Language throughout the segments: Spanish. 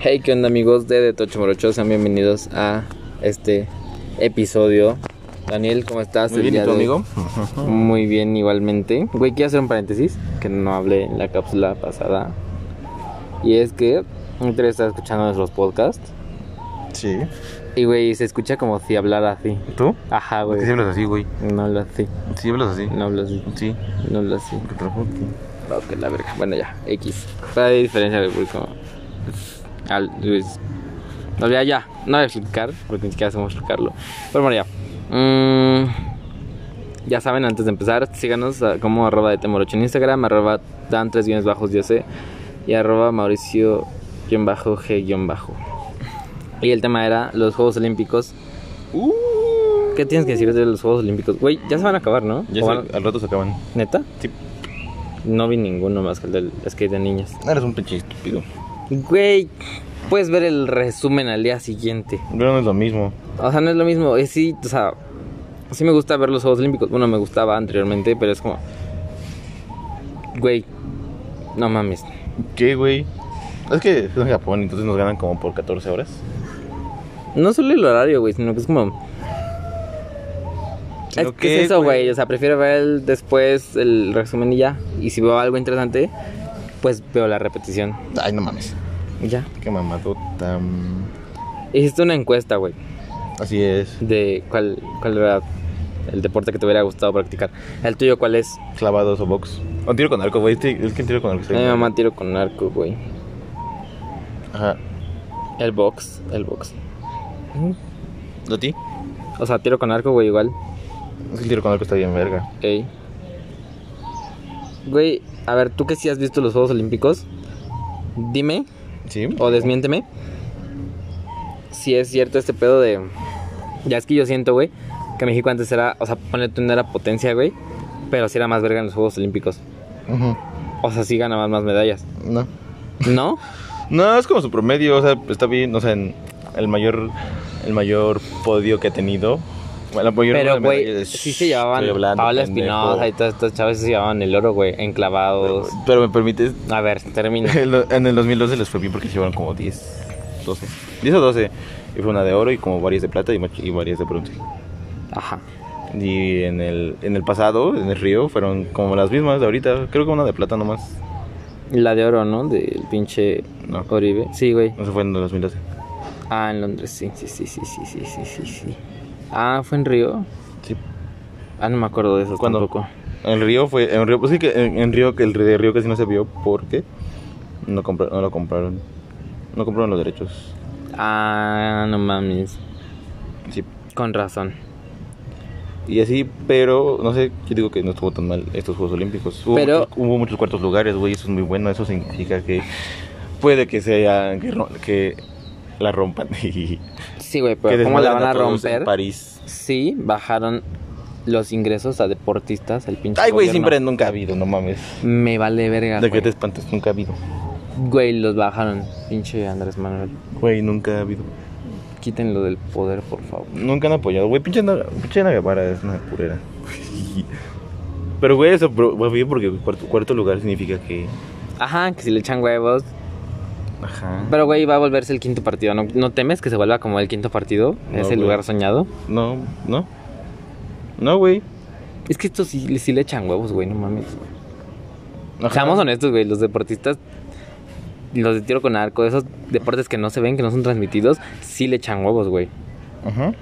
Hey, ¿qué onda amigos de De Tocho Morocho? Sean bienvenidos a este episodio. Daniel, ¿cómo estás? Muy el bien, ¿y día tu de hoy? amigo? Muy bien, igualmente. Güey, quiero hacer un paréntesis, que no hablé en la cápsula pasada. Y es que Andrés está escuchando nuestros podcasts. Sí. Y, güey, se escucha como si hablara así. ¿Tú? Ajá, ¿Por güey. qué siempre hablas así, güey? No hablo así, Sí, hablas así. no hablo así, Sí. no hablo así. ¿Qué trabajo? No, que la verga. Bueno, ya, X. ¿Cuál es la diferencia del público? Al, pues, no, ya, ya. No voy a explicar, porque ni siquiera sabemos explicarlo. Pero bueno, ya. Mm, ya saben, antes de empezar, síganos a- como arroba de temorocho en Instagram, arroba dan tres guiones bajos sé y arroba mauricio guión bajo g guión bajo. Y el tema era los Juegos Olímpicos. Uh. ¿Qué tienes que decir de los Juegos Olímpicos? Güey, ya se van a acabar, ¿no? Ya ¿O se- van- al rato se acaban. ¿Neta? Sí. No vi ninguno más que el del skate de niñas. Eres un pinche estúpido. Güey, puedes ver el resumen al día siguiente. Pero no es lo mismo. O sea, no es lo mismo. eh, sí, o sea, sí me gusta ver los Juegos Olímpicos. Bueno, me gustaba anteriormente, pero es como. Güey, no mames. ¿Qué, güey? Es que es en Japón, entonces nos ganan como por 14 horas. No solo el horario, güey, sino que es como. Es Sino que, es eso, güey. O sea, prefiero ver el- después el resumen y ya. Y si veo algo interesante, pues veo la repetición. Ay, no mames. Y ya. Qué mamadota. mm. Hiciste una encuesta, güey. Así es. de cuál, cuál era el deporte que te hubiera gustado practicar. ¿El tuyo cuál es? Clavados o box. O tiro con arco, güey. Este- Es que en tiro con arco. A está mi bien. mamá tiro con arco, güey. Ajá. El box, el box. ¿A ti? O sea, tiro con arco, güey, igual. Es que el tiro con arco está bien verga. Ey. Güey, a ver, tú que sí has visto los Juegos Olímpicos, dime ¿Sí? o desmiénteme si es cierto este pedo de. Ya es que yo siento, güey, que México antes era, o sea, ponle tú no era potencia, güey, pero sí era más verga en los Juegos Olímpicos. Ujú. O sea, sí ganabas más medallas, No. ¿no? No, es como su promedio, o sea, está bien, o sea, en el mayor el mayor podio que ha tenido. Bueno, la mayor Pero, la medalla güey, es- sí se llevaban estoy hablando, Paola pendejo. Espinosa y todas estas chavas se llevaban el oro, güey, enclavados. Pero me permites, A ver, termina. el- en el 2012 les fue bien porque se llevaron como 10, 12, 10 o 12. Y fue una de oro y como varias de plata y, mach- y varias de bronce. Ajá. Y en el, en el pasado, en el río, fueron como las mismas de ahorita. Creo que una de plata nomás. La de oro, ¿no? Del pinche No. Oribe. Sí, güey. No se fue en el 2012. Ah, en Londres, sí, sí, sí, sí, sí, sí, sí, sí, sí. Ah, ¿fue en Río? Sí. Ah, no me acuerdo de eso ¿Cuándo? tampoco. En Río fue, en Río, pues sí que en, en Río, que el de Río casi no se vio porque no, compra- no lo compraron, no compraron los derechos. Ah, no mames. Sí. Con razón. Y así, pero no sé, yo digo que no estuvo tan mal estos Juegos Olímpicos. Hubo, Pero- muchos, hubo muchos cuartos lugares, güey, eso es muy bueno, eso significa que puede que sea que, ro- que la rompan y Sí, güey, que pero ¿cómo la desmadran van a todos en romper? París. Sí, bajaron los ingresos a deportistas, el pinche. Ay, güey, gobierno. siempre nunca ha habido, no mames. Me vale verga. De que güey. te espantes, nunca ha habido. Güey, los bajaron. Pinche Andrés Manuel. Güey, nunca ha habido. Quítenlo del poder, por favor. Nunca han apoyado, güey. Pinche, Ana- pinche Ana Guevara es una purera. Pero, güey, eso pro- va bien porque cuarto, cuarto lugar significa que. Ajá, que si le echan huevos. Ajá. Pero, güey, va a volverse el quinto partido. ¿No, no temes que se vuelva como el quinto partido? No, ese güey. lugar soñado. No, no. No, güey. Es que esto sí, sí le echan huevos, güey, no mames. Ajá. Seamos honestos, güey, los deportistas, los de tiro con arco, esos deportes que no se ven, que no son transmitidos, sí le echan huevos, güey. Ajá.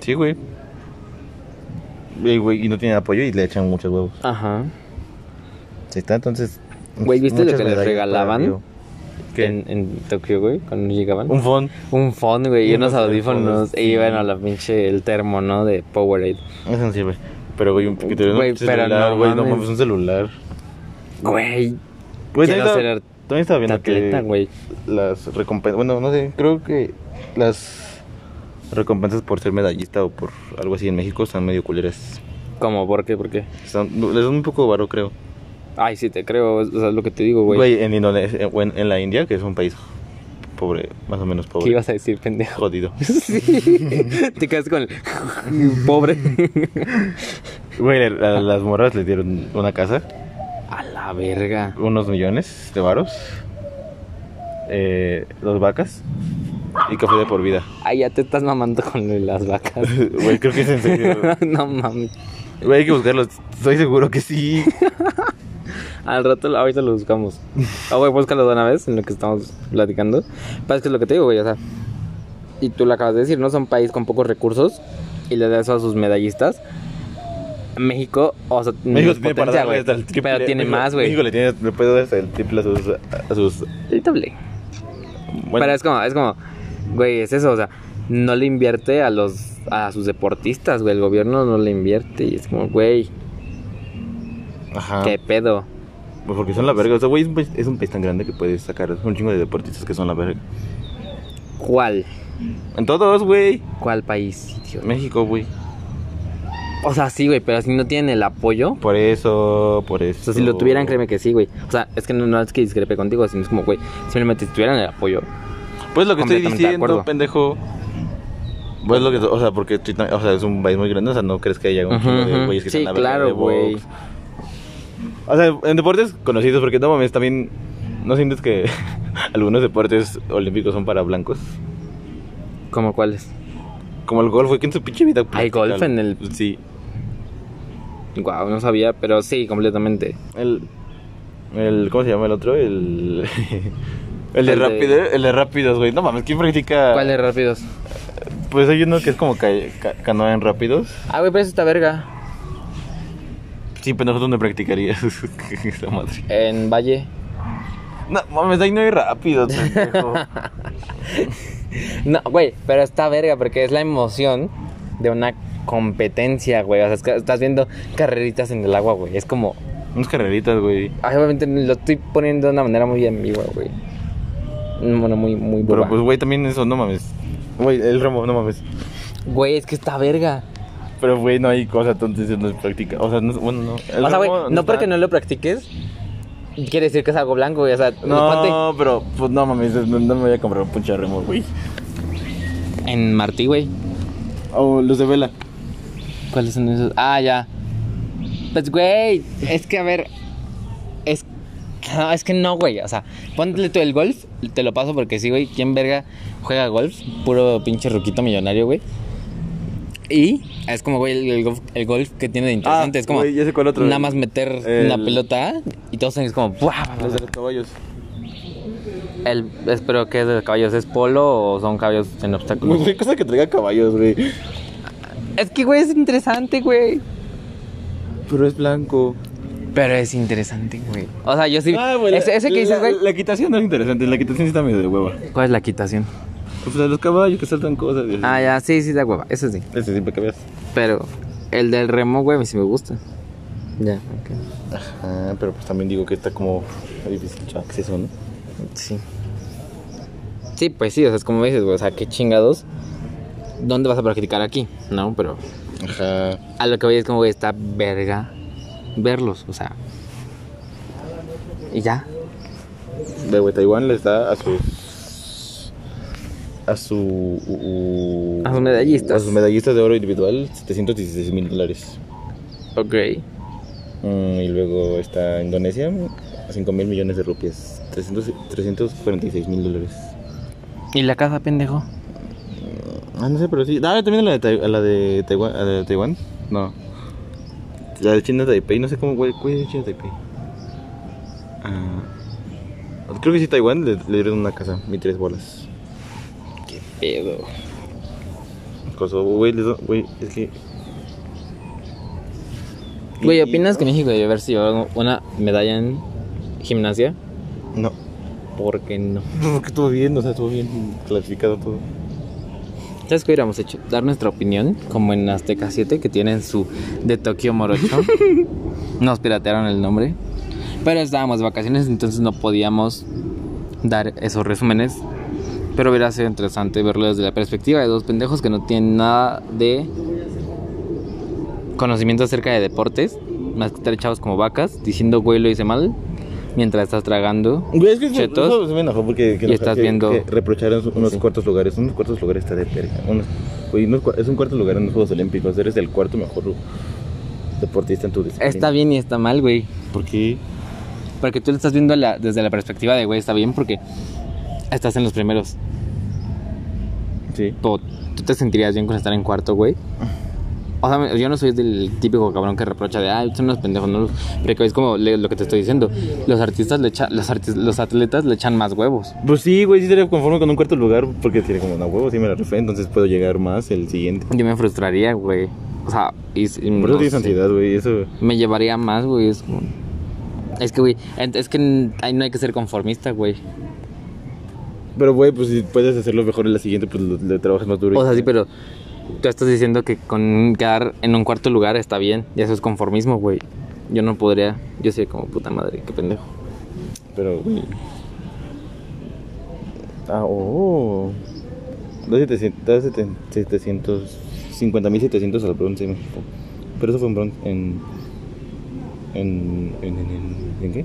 Sí, güey. Ey, güey, y no tienen apoyo y le echan muchos huevos. Ajá. Sí, está, entonces. Güey, ¿viste lo muchas que les medallas para regalaban? Río. ¿Qué? En, en Tokio, güey, cuando llegaban. Un fond. Un phone, güey, y unos Unos audífonos. audífonos, Y sí. bueno, la pinche, el termo, ¿no? De Powerade. Eso no sirve. Pero, güey, un poquito de Güey, un pero celular, no güey. No mames. mames, un celular. Güey, Güey, Quiero también estaba- ser también estaba viendo atleta, que. güey. las recompensas, bueno, no sé, creo que las recompensas por ser medallista o por algo así en México están medio culeras. ¿Cómo? ¿Por qué? ¿Por qué? Están, les dan un poco de varo, creo. Ay, sí, te creo, o sea, es lo que te digo, güey. Güey, en Indonesia, o en, en la India, que es un país pobre, más o menos pobre. ¿Qué ibas a decir, pendejo? Jodido. Sí, te quedas con el pobre. Güey, a las morras les dieron una casa, A la verga. unos millones de varos. eh, dos vacas y café de por vida. Ay, ya te estás mamando con lo de las vacas. Güey, creo que es en serio. no mames. Güey, hay que buscarlo. Estoy seguro que sí. Al rato, lo- ahorita lo buscamos. Ah, güey, búscalo de una vez en lo que estamos platicando. Pero es que es lo que te digo, güey, o sea. Y tú lo acabas de decir, ¿no? Son país con pocos recursos y le da eso a sus medallistas. México, o sea, no México es tiene para potencia, darle güey, hasta el triple. Pero tiene México- más, güey. México le, tiene, le puede dar hasta el triple a sus. A sus El doble. bueno, Pero es como, es como, güey, es eso, o sea, no le invierte a los a sus deportistas, güey, el gobierno no le invierte y es como, güey, Ajá. qué pedo. Pues porque son la verga. O sea, güey, es un, país, es un país tan grande que puedes sacar un chingo de deportistas que son la verga. ¿Cuál? En todos, güey. ¿Cuál país? Dios. México, güey. O sea, sí, güey, pero si no tienen el apoyo, Por eso, por eso. o sea, si lo tuvieran, créeme que sí, güey. O sea, es que no, no es que discrepe contigo, sino es como, güey, simplemente si tuvieran el apoyo. Pues lo que Completamente estoy de diciendo, acuerdo. pendejo. Pues lo que. O sea, porque. estoy tan- O sea, es un país muy grande. O sea, no crees que haya un Ujú, chingo de ujú. güeyes que Sí, están la verga de claro, box. güey. O sea, en deportes conocidos, porque no mames, también. ¿No sientes que algunos deportes olímpicos son para blancos? ¿Cómo cuáles? Como el golf, güey. ¿Quién su pinche vida? Hay golf en el- Sí. Guau, no sabía, pero sí, completamente. El, el ¿cómo se llama el otro? El el de El de- rápido, el de rápidos, güey. No mames, ¿quién practica? ¿Cuál de rápidos? Pues hay uno que es como ca- ca- canoa en rápidos. Ah, güey, pero eso está verga. Sí, pero nosotros no practicarías esa madre. En Valle. No mames, ahí no hay rápidos, pendejo. No, güey, pero está verga porque es la emoción de una competencia, güey. O sea, es que estás viendo carreritas en el agua, güey. Es como, Unas carreritas, güey. ay, obviamente lo estoy poniendo de una manera muy ambigua, güey. Mm, Bueno, muy, muy Pero boba. pues güey, también eso, no mames. Güey, el remo, no mames. Güey, es que está verga. Pero güey, no hay cosa entonces no se practica. O sea, no, bueno, no. El o sea, güey, remo no, porque está- no lo practiques, quiere decir que es algo blanco, güey. O sea, No, pero pues no mames, no, no me voy a comprar un pinche remo, güey. ponte en Martí, güey. O los de vela. ¿Cuáles son esos? Ah, ya. Pues, güey, es que a ver. Es, no, es que no, güey. O sea, ponle tú el golf. Te lo paso porque sí, güey. ¿Quién verga juega golf? Puro pinche roquito millonario, güey. Y es como, güey, el, el golf, el golf que tiene de interesante. Ah, es como güey, ya sé cuál otro. nada más meter El- una pelota y todos es como, ¡buah! Los de los caballos. El, espero que es de caballos. ¿Es polo o son caballos en obstáculos? Güey, cosa que traiga caballos, güey. Es que, güey, es interesante, güey. Pero es blanco. Pero es interesante, güey. O sea, yo sí. ese, ese que dices, Ah, la, güey. La equitación no es interesante, la equitación sí está medio de hueva. ¿Cuál es la quitación? Pues de los caballos que saltan cosas. y así. Ah, ya, sí, sí, da hueva, eso sí. Ese sí, para que veas. Pero el del remo, güey, sí me gusta. Ya, ok. Ajá, pero pues también digo que está como difícil de acceso, ¿no? Sí. Sí, pues sí, o sea, es como dices, güey, o sea, qué chingados. ¿Dónde vas a practicar aquí? No, pero Ajá. a lo que voy es como, güey, está verga verlos, o sea. Y ya. De güey, Taiwán les da a sus. A su. u- u- A sus medallistas. A sus medallistas de oro individual, 716 mil dólares. Ok. Mm, y luego está Indonesia, 5 mil millones de rupias, 300 346 mil dólares. ¿Y la casa, pendejo? Ah, no sé, pero sí. Ah, también a la de, Tai- a la de Taiwán. a la de Taiwán, No. La de China Taipei, no sé cómo, güey, ¿cuál es China Taipei? Ah, creo que sí, Taiwán le, le dieron una casa y tres bolas. Qué pedo. Kosovo, güey, les do- güey, es que. Güey, ¿opinas que México debe haber si una medalla en gimnasia? No. ¿Por qué no? Porque estuvo bien, o sea, estuvo bien clasificado todo. ¿Sabes qué hubiéramos hecho? Dar nuestra opinión, como en Azteca 7, que tienen su de Tokio Morocho. Nos piratearon el nombre. Pero estábamos de vacaciones, entonces no podíamos dar esos resúmenes. Pero hubiera sido interesante verlo desde la perspectiva de dos pendejos que no tienen nada de conocimiento acerca de deportes, más que estar echados como vacas, diciendo güey lo hice mal, mientras estás tragando. Güey, es que eso- Chetos. eso se me enojó porque que Y nos- estás que- viendo- que reprocharon su- unos Sí. cuartos lugares. Unos cuartos lugares está de perga. Unos- güey, unos cua- es un cuarto lugar en los Juegos Olímpicos. Eres el cuarto mejor deportista en tu disciplina. Está bien y está mal, güey. ¿Por qué? Porque tú lo estás viendo la- desde la perspectiva de, güey, está bien, porque Estás en los primeros. Sí. ¿Tú, tú te sentirías bien con estar en cuarto, güey? O sea, me- yo no soy del típico cabrón que reprocha de, ay, son unos pendejos, no los... Pero es como le- lo que te estoy diciendo. Los artistas le echan, los, artis- los atletas le echan más huevos. Pues sí, güey, sí estaría conforme con un cuarto lugar porque tiene como una huevo, sí me la rifé, entonces puedo llegar más el siguiente. Yo me frustraría, güey. O sea, y, y Por no eso tienes sé. ansiedad, güey, eso. Me llevaría más, güey. Es, como- es que, güey, ent- es que n- ahí no hay que ser conformista, güey. Pero, güey, pues si puedes hacerlo mejor en la siguiente, pues lo, lo trabajas más duro. O sea, sí, pero tú estás diciendo que con quedar en un cuarto lugar está bien. Y eso es conformismo, güey. Yo no podría. Yo sería como puta madre, qué pendejo. Pero, güey. Ah, oh. Da 700 da 700 700 50.700 al bronce México. Pero eso fue en bronce. En. En. ¿En, en, en- ¿en qué?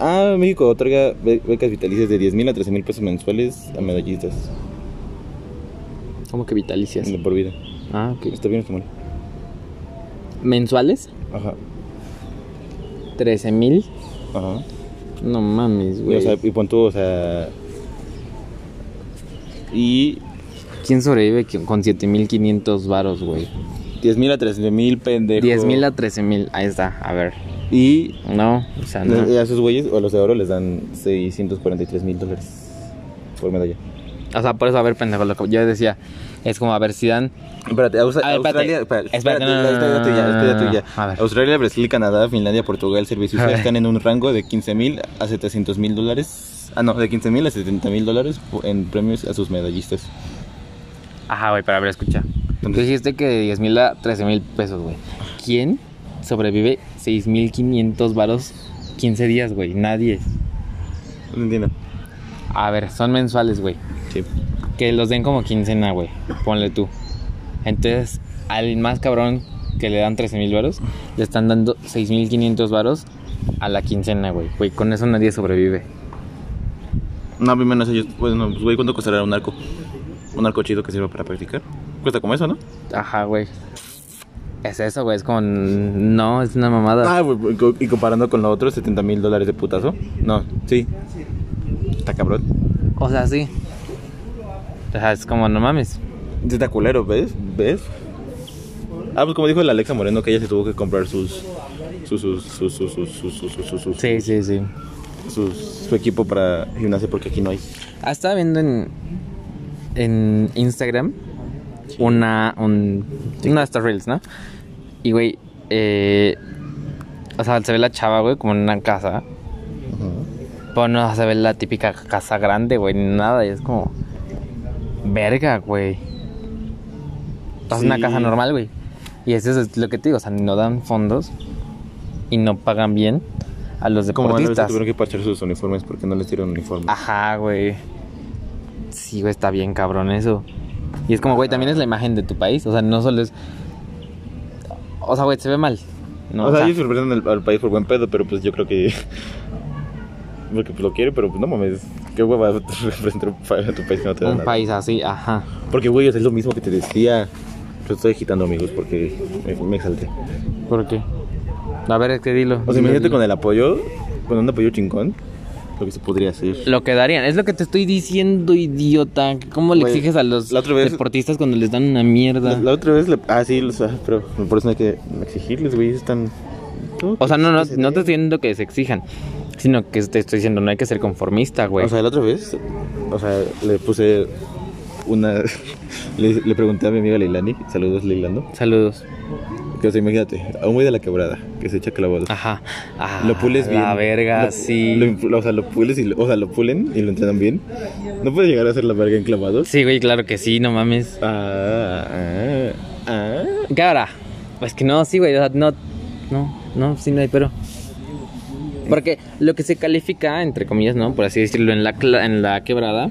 Ah, México otorga be- becas vitalicias de 10.000 a 13.000 pesos mensuales a medallistas Como que vitalicias. de por vida. Ah, ok. ¿Está bien o está mal? ¿Mensuales? Ajá. 13 mil. Ajá. No mames, Y, güey. o sea, y pon tú, o sea. Y ¿Quién sobrevive que- con 7500 varos, güey? 10.000 a 13.000, pendejo. 10.000 a 13.000. Ahí está, a ver. Y No, o sea, no. a esos güeyes, o a los de oro, les dan 643 mil dólares por medalla. O sea, por eso, a ver, pendejo, lo que yo decía. Es como, a ver, si dan. Espérate, Aus- A ver, espérate. Australia. Espérate, Espérate, espérate, no, no, no, espérate, no, no, ya, espérate no, ya. no. A ver. Australia, Brasil, Canadá, Finlandia, Portugal, Serbia y A Suiza ver. están en un rango de 15 mil a 700 mil dólares. Ah, no, de 15 mil a 70 mil dólares pu- en premios a sus medallistas. Ajá, güey, pero a ver, escucha. Tú Entonces- dijiste que de 10.000 a 13.000 pesos, güey. ¿Quién sobrevive 6.500 varos 15 días, güey? Nadie. No entiendo. A ver, son mensuales, güey. Sí. Que los den como quincena, güey. Ponle tú. Entonces, al más cabrón que le dan 13.000 varos, le están dando 6.500 varos a la quincena, güey. Güey, con eso nadie sobrevive. No, primero es ellos. Bueno, pues, güey, ¿cuánto costará un arco? Un arco chido que sirva para practicar. Cuesta como eso, ¿no? Ajá, güey. Es eso, güey. Es como... No, es una mamada. Ah, güey, co- y comparando con lo otro, 70 mil dólares de putazo. No, sí. Está cabrón. O sea, sí. O sea, es como, no mames. Sí, Está culero, ¿ves? ¿Ves? Ah, pues como dijo la Alexa Moreno, que ella se tuvo que comprar sus. Sus, sus, sus, sus, sus, sus, sus, sus, sus, sus- Sí, sí, sí. sus- su equipo para gimnasia porque aquí no hay. Ah, estaba viendo en, en Instagram una, un, una de estas reels, ¿no? Y, güey, eh, o sea, se ve la chava, güey, como en una casa. Pero no se ve la típica casa grande, güey, ni nada. Y es como, verga, güey. Es una Sí. casa normal, güey. Y eso es lo que te digo, o sea, no dan fondos y no pagan bien a los Como Ah, a la vez que deportistas. tuvieron que parchar sus uniformes porque no les dieron uniforme. Ajá, güey. Sí, güey, está bien cabrón eso. Y es como, güey, también es la imagen de tu país. O sea, no solo es. O sea, güey, se ve mal. No, o sea, o ellos sea, sorprenden al, al país por buen pedo, pero pues yo creo que. Porque pues lo quiere, pero pues no mames. Qué hueva representar un pa- a tu país que no te da un nada. país así, ajá. Porque, güey, o sea, es lo mismo que te decía. Yo estoy agitando, amigos, porque me, me exalté. ¿Por qué? A ver, es que dilo. O sea, imagínate con el apoyo, con un apoyo chingón, lo que se podría hacer. Lo que darían. Es lo que te estoy diciendo, idiota. ¿Cómo le Güey, exiges a los la otra vez- deportistas cuando les dan una mierda? La, la otra vez, le- ah, sí, los, ah, pero por eso no hay que exigirles, güey, están... O sea, no, no, no te estoy diciendo que se exijan. Sino que te estoy diciendo, no hay que ser conformista, güey. O sea, la otra vez, o sea, le puse una... Le, le pregunté a mi amiga Leilani, saludos Leilando, Saludos. que o sea, imagínate, a un güey de la quebrada, que se echa clavados. Ajá. Ah, Lo pules bien. La verga, Lo- sí. lo impu- o sea, lo pules y lo, o sea, lo pulen y lo entrenan bien. No puedes llegar a hacer la verga en clavados. Sí, güey, claro que sí, no mames. Ah, ah, ah. ¿Qué ahora? Pues que no, sí, güey, o sea, no, no, no, sí, no hay pero. Porque lo que se califica, entre comillas, ¿no? Por así decirlo, en la, cla- en la quebrada,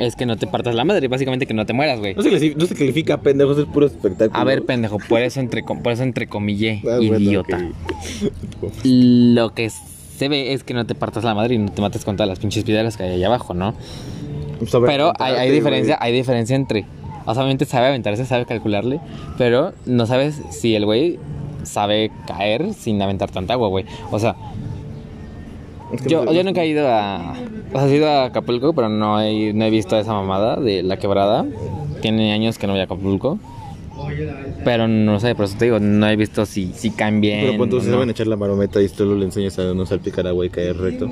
es que no te partas la madre, básicamente que no te mueras, güey. No se, clasi- no se califica, pendejos, es puro espectáculo. A ver, pendejo, por eso, entre, por eso entrecomillé, Ah, bueno, idiota. ok. Lo que se ve es que no te partas la madre y no te mates con todas las pinches piedras que hay allá abajo, ¿no? Pues, a ver, Pero hay, contarte, hay diferencia, güey. hay diferencia entre. O sea, obviamente sabe aventarse, sabe calcularle, pero no sabes si el güey sabe caer sin aventar tanta agua, güey. O sea, Es que no Yo, sé- yo nunca he ido a. O sea, he ido a Acapulco, pero no he, no he visto esa mamada de la quebrada. Tiene años que no voy a Acapulco. Pero no sé, por eso te digo, no he visto si, si caen bien. Pero cuando o se no. van a echar la marometa y solo le enseñas a no salpicar agua y caer recto.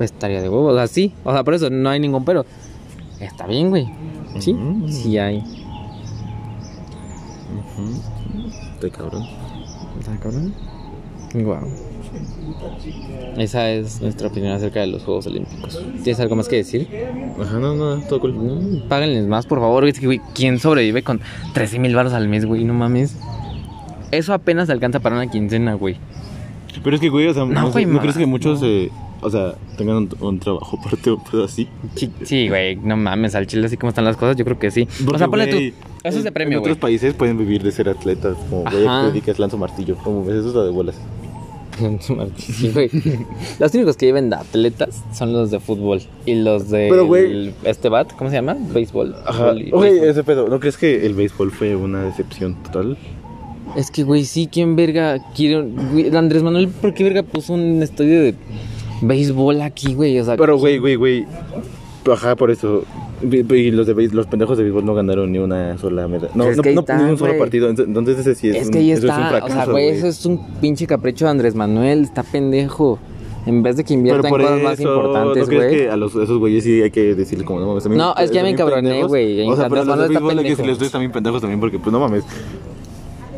Estaría de huevos, o sea, sí. O sea, por eso no hay ningún pero. Está bien, güey. Sí, Ujú. sí hay. Estoy cabrón. ¿Está cabrón? Wow. Esa es nuestra opinión acerca de los Juegos Olímpicos. ¿Tienes algo más que decir? Ajá, no, no, todo cool. No, páganles más, por favor. Es que, güey, ¿quién sobrevive con 13 mil baros al mes, güey? No mames. Eso apenas alcanza para una quincena, güey. Pero es que, güey, o sea, no, sé- güey, ¿no ma- crees que muchos, no. eh, o sea, tengan un, un trabajo aparte o pedo así? Sí, sí, güey, no mames. Al chile, así como están las cosas, yo creo que sí. o sea, ponle Porque, tú. güey, Eso es de en- premio, En güey. otros países pueden vivir de ser atletas, como, güey, Ajá. te dedicas lanzo martillo, como ves, eso es la de bolas. Sí, güey. los únicos que viven de atletas son los de fútbol. Y los de. Pero, güey- el- Este bat, ¿cómo se llama? Béisbol. Ajá, Fútbol y güey, béisbol. ese pedo, ¿no crees que el béisbol fue una decepción total? Es que, güey, sí, ¿quién verga quiere un- güey, Andrés Manuel, ¿por qué verga puso un estadio de béisbol aquí, güey? O sea, Pero, güey, güey, güey, ajá, por eso, vi- vi- los, de béis- los pendejos de béisbol no ganaron ni una sola medalla, no, Pero es no, que ahí no, está, ni un solo güey. partido, Ent- entonces ese sí es, Es un, que ahí eso está, es un fracaso, o sea, güey, eso es un pinche capricho de Andrés Manuel, está pendejo. En vez de que invierta en cosas más importantes, ¿no crees güey. que a, los, a esos güeyes sí hay que decirles como no mames? también- No, es que ya me también encabroné, pendejos? güey, en O sea, pero a tantas manos los de está béisbol hay que pendejo. decirles ustedes también pendejos también porque pues no mames.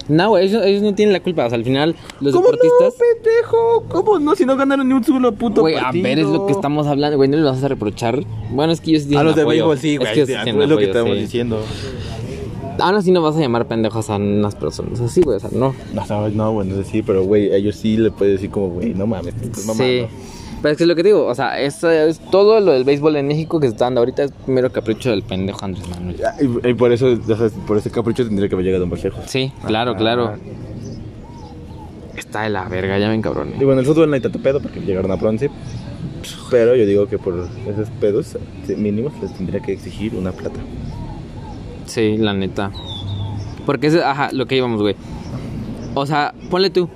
No, güey, ellos, ellos no tienen la culpa. O sea, al final, los ¿Cómo no, deportistas. pendejo? ¿Cómo no? Si no ganaron ni un solo puto Güey, a partido. ver, es lo que estamos hablando, güey, no les vas a reprochar. Bueno, es que ellos sí tienen A los de apoyo. béisbol sí, Es güey. que ellos sí, sí Es, tienen lo que apoyo, estamos sí. diciendo. Ahora sí no vas a llamar pendejos a unas personas así, güey, o sea, no. No, no, no, bueno, sí, pero güey, a ellos sí le puede decir como, güey, Pues no mames, estás mamando. Sí. Pero es que es lo que digo, o sea, eso es todo lo del béisbol en México que se está dando ahorita es mero capricho del pendejo Andrés Manuel. Ah, Y, y por eso, o sea, por ese capricho tendría que haber llegado más lejos. Sí, claro, Ah. claro. Está de la verga, ya me Y encabroné. bueno, el fútbol no hay tanto pedo porque llegaron a bronce. Pero yo digo que por esos pedos mínimos les tendría que exigir una plata. Sí, la neta. Porque ese, ajá, lo que íbamos, güey. O sea, ponle tú.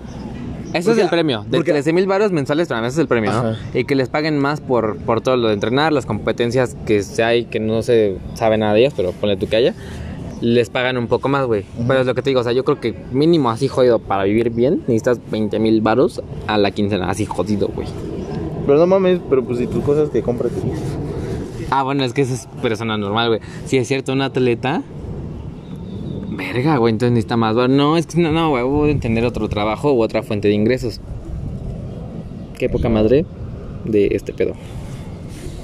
Eso es Porque- el premio, de Pues porque- 13 mil baros mensuales, para mí ese es el premio, ¿no? Ajá. Y que les paguen más por, por todo lo de entrenar, las competencias que se hay, que no se sabe nada de ellas, pero ponle tú que haya, les pagan un poco más, güey. Ujú. Pero es lo que te digo, o sea, yo creo que mínimo así jodido para vivir bien, necesitas 20 mil baros a la quincena, así jodido, güey. Pero no mames, pero pues si tus cosas que compras. Ah, bueno, es que esa es persona normal, güey. Si es cierto, un atleta. Verga, güey, entonces necesita más. bar- No, es que no, no, güey, hubo de tener otro trabajo u otra fuente de ingresos. Qué poca madre de este pedo.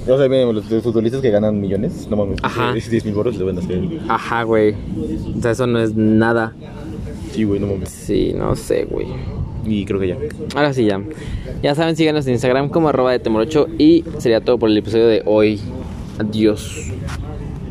O sea, miren, los, los futbolistas que ganan millones, no mames, Ajá. 10 mil boros le van a hacer. Ajá, güey. O sea, eso no es nada. Sí, güey, no mames. Sí, no sé, güey. Y creo que ya. Ahora sí, ya. Ya saben, síganos en Instagram como arroba de temorocho. Y sería todo por el episodio de hoy. Adiós.